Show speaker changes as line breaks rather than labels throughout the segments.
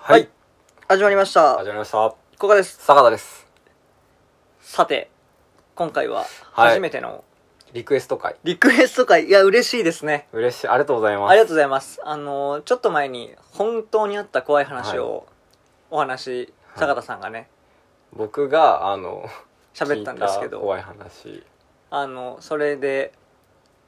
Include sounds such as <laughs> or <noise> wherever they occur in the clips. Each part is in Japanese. はい、
はい始まりました
始まりました
ここです
坂田です
さて今回は
はい
初めての
リクエスト会
リクエスト会、い、や嬉しいですね
嬉しいありがとうございます
ありがとうございますあのーちょっと前に本当にあった怖い話をお話、
はい
坂田さんがね
僕があの
喋ったんですけ
聞いた
ど
怖い話
あのそれで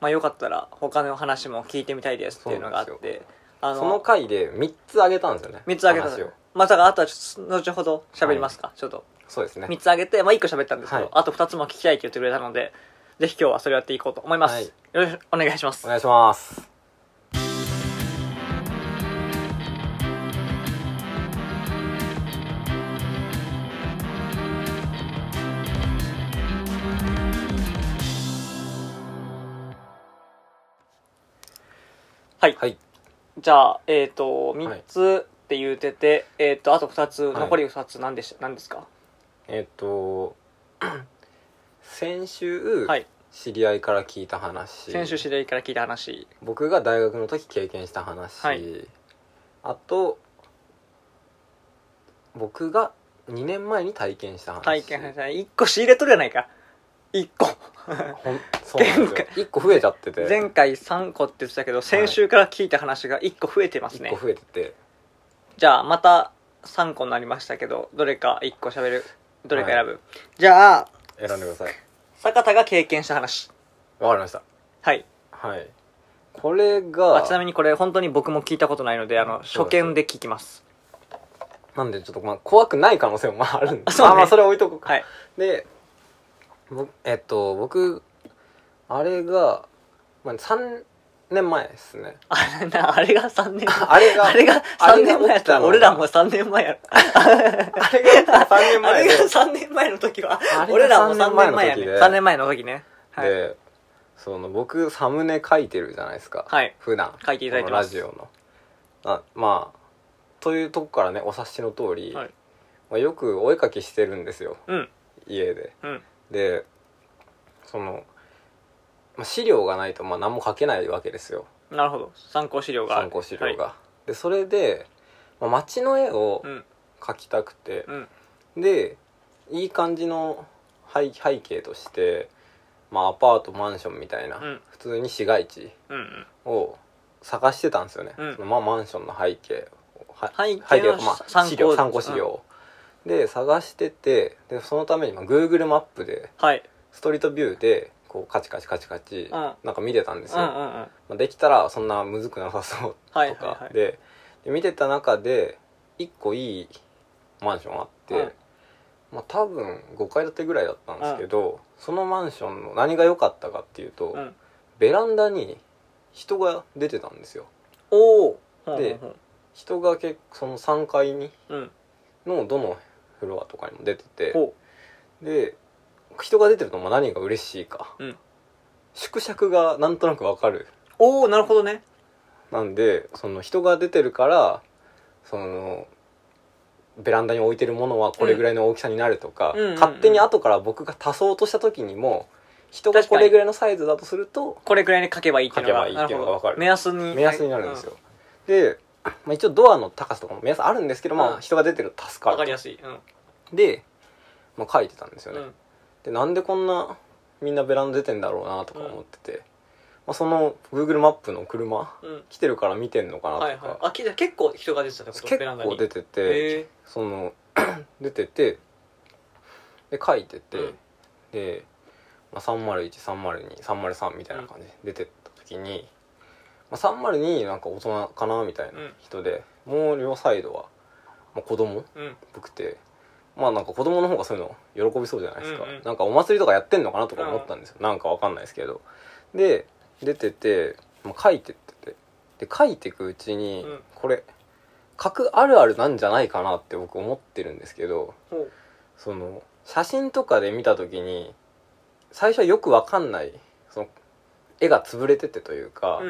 まあよかったら他の話も聞いてみたいですっていうのがあっ
そうなんで
てあ
その回で3つあげたんですよね
3つあげたん
話を
まさかあとはちょっと後ほど喋りますか、ちょっと
そうですね
3つあげて、まあ、1個喋ったんですけど、
はい
あと2つも聞きたいって言ってくれたのでぜひ今日はそれをやっていこうと思います、
はい
よろしくお願いします
お願いします
はい
はい
じゃあえっ、と
い
3つって言うてて、えっ、とあと2つ
い
残り2つ何でした、何ですか
えっ、と <clears throat> 先週、
はい
知り合いから聞いた話
先週知り合いから聞いた話
僕が大学の時経験した話、
はい
あと僕が2年前に体験した話
体験話1個仕入れとるやないか1個
ほんそう
<laughs>
なんです
前
よ1個増えちゃ
<laughs>
ってて
前回3個って言ってたけど先週から聞いた話が1個増えてますね、
1個増えてて
じゃあまた3個になりましたけどどれか1個喋るどれか選ぶ、じゃあ
選んでください
坂田が経験した話
わかりました
はい
はいこれ
あ
が
ちなみにこれ本当に僕も聞いたことないのであの
そう
初
です
見で聞きます
なんでちょっとまあ怖くない可能性もまああるんで
あそうね
まあまあそれは置いとこうか、
はい
でぼえっと僕あれが、まあ、3年前ですね
あな <laughs> あれが3年
あれが
あれが
あ
3
れが
年前やったら俺らも3年前やろ
あれが3年
あ
前
れ
で
が3年前の時は
あれが
俺らも3年前やね
三年前の時で
3年前の時ねはい、
でその僕サムネ書いてるじゃないですか、
はい、
<laughs> 普段
書いていただいてます
このラジオのあまあというとこからねお察しの通り、
はい
まあ、よくお絵かきしてるんですよ
うん
家で
うん
でその、まあ、資料がないとまあ何も書けないわけですよ
なるほど参考資料がある
参考資料が、
はい
でそれで、まあ、街の絵を
うん
描きたくて
う、ん
でいい感じの背背景として、まあ、アパートマンションみたいな、
うん
普通に市街地
うんうん
を探してたんですよね、
うん
そのまあ、マンションの背景をは
背景の
がまあ、
参
資料
考
参考資料を、で探しててでそのためにまあ Google マップで
はい
ストリートビューでこうカチカチカチカチ、
うん
なんか見てたんです
う
よ、
んうん
ま
うん
あ、できたらそんなむずくなさそう
はい
と
はいは
か
い
でで見てた中で1個いいマンションあって、
うん
まあ、多分5階建てぐらいだったんですけど、そのマンションの何が良かったかっていうと、
うん
ベランダに人が出てたんですよ
おお
で人が結構その3階に
うん
のどのフロアとかにも出てて
ほ
で人が出てるとまあ何が嬉しいか、
うん
縮尺がなんとなくわかる
うおおなるほどね
なんでその人が出てるからそのベランダに置いてるものはこれぐらいの大きさになるとか、
うんうんうん
勝手に後から僕が足そうとした時にも人が
確
こ
かに
れぐらいのサイズだとすると
これくらいに書けばいいっていうのが
書けばいいっていうのがわかる
なほど目安に
目安になるんですよ、で、まあ、一応ドアの高さとかも目安あるんですけど、ま
う
あ、
ん
人が出てると助
うん
か
わかり
る
やすいうん
で、まあ、書いてたんですよ
う
ね、
ん
でなんでこんなみんなベランダ出てんだろうなとか思ってて、まあ、その Google マップの車
うん
来てるから見てんのかなとか、
はいはいあきじゃあ結構人が出てたってこと
結
ベランダ
構
に
出てて、
へ
その <coughs> 出ててで書いてて、
うん
で、まあ、30130230みたいな感じで出てった時に、まあ、302なんか大人かなみたいな人で、もう両サイドは、まあ、子供っ
えうん
ぽくて。まあなんか子供の方がそういうの喜びそうじゃないですか、
うんうん
なんかお祭りとかやってんのかなとか思ったんですよ、なんかわかんないですけどで出てて、まあ、書いてっててで書いていくうちに、
うん
これ書くあるあるなんじゃないかなって僕思ってるんですけど
ほう
その写真とかで見た時に最初はよくわかんないその絵が潰れててというか、
うん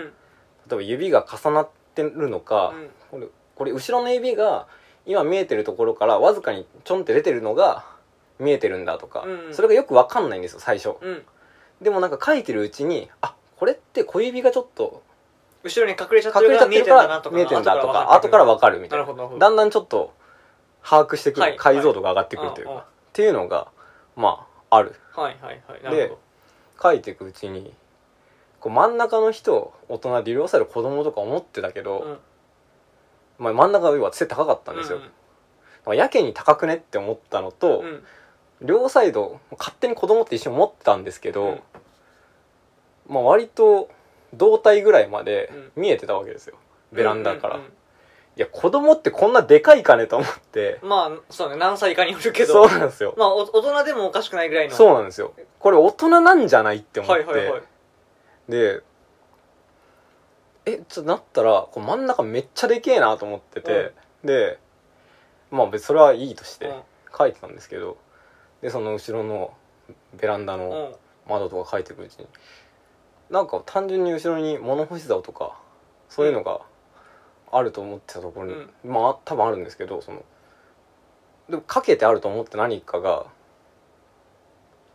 例えば指が重なってるのか、
う
こ
ん
れこれ後ろの指が今見えてるところからわずかにちょんって出てるのが見えてるんだとか、
うんうん
それがよくわかんないんですよ最初、
うん
でもなんか書いてるうちにあこれって小指がちょっと
後ろに隠れちゃって
隠
る
れち
か
ゃっ
ら見
てる
えてん
か
だな
ら
とか
見えてんだとか後から
分
分かるみたい
なるほどなる
な
ほど
だんだんちょっと把握してく
はい
る解像度が上がってくるというか、
うんうん
っていうのがまあある
はいはいはいなる
で
ほ
書いていくうちにこう真ん中の人大人で両サイド子供とか思ってたけど、
どうん
まあ、真ん中が要は背高かったんですよ、
うん
まあやけに高くねって思ったのと、
うん
両サイド勝手に子供って一緒に思ってたんですけど、
うん
まあ、割と胴体ぐらいまで
う
見えてたわけですよ、ベランダから、
うんうんうん
いや子供ってこんなでかいかねと思って
まあそうね何歳かによるけ
そう
ど
なんですよ
まあお大人でもおかしくないぐらいの
そうなんですよこれ大人なんじゃないって思って、
はいはいはい
でえちょっとなったらこう真ん中めっちゃでけえなと思ってて、でまあ別にそれはいいとして書いてたんですけど、でその後ろのベランダ
うんう
の
ん
窓とか書いていくうちになんか単純に後ろに物干し竿とかそういうのがあると思ってたところに、
うん
まあ多分あるんですけどそのでもかけてあると思って何かが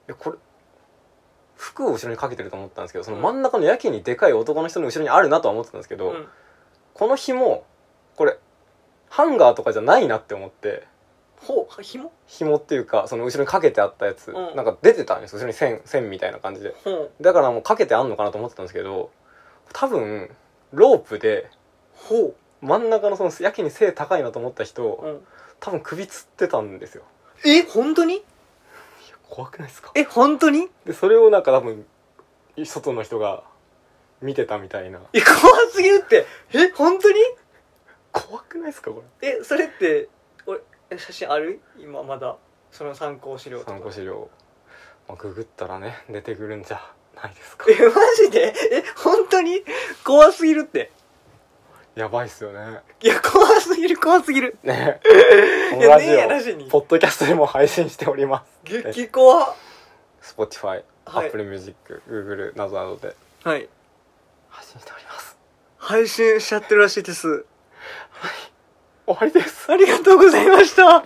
いやこれ服を後ろにかけてると思ったんですけどその真ん中のやけにでかい男の人の後ろにあるなとは思ってたんですけど、
うん
この紐これハンガーとかじゃないなって思って
ほう紐
紐っていうかその後ろにかけてあったやつ、
うん
なんか出てたんですよ後ろに線線みたいな感じで
ほう
だからもうかけてあんのかなと思ってたんですけど多分ロープで
ほ
真ん中のそのやけに背高いなと思った人
ううん
多分首つってたんですよ
え本当に
いや怖くないですか
え本当に
でそれをなんか多分外の人が見てたみたいな
え怖すぎるってえ本当に
怖くないですかこ
えそれって俺え写真ある今まだその参考資料
れ
とか
参考資料、まあ、ググったらね出てくるんじゃないですか
えマジでえ本当に怖すぎるって
やばいっすよね
いや怖すぎる怖すぎる
ねこ
い
の
や
ラ
ね
ジ
えやなしに
オポッドキャストでも配信しておりま
激怖
す Spotify、
はい
Apple Music、Google などなどで
はい
発信しております
配信しちゃってるらしいです
終わりです
ありがとうございました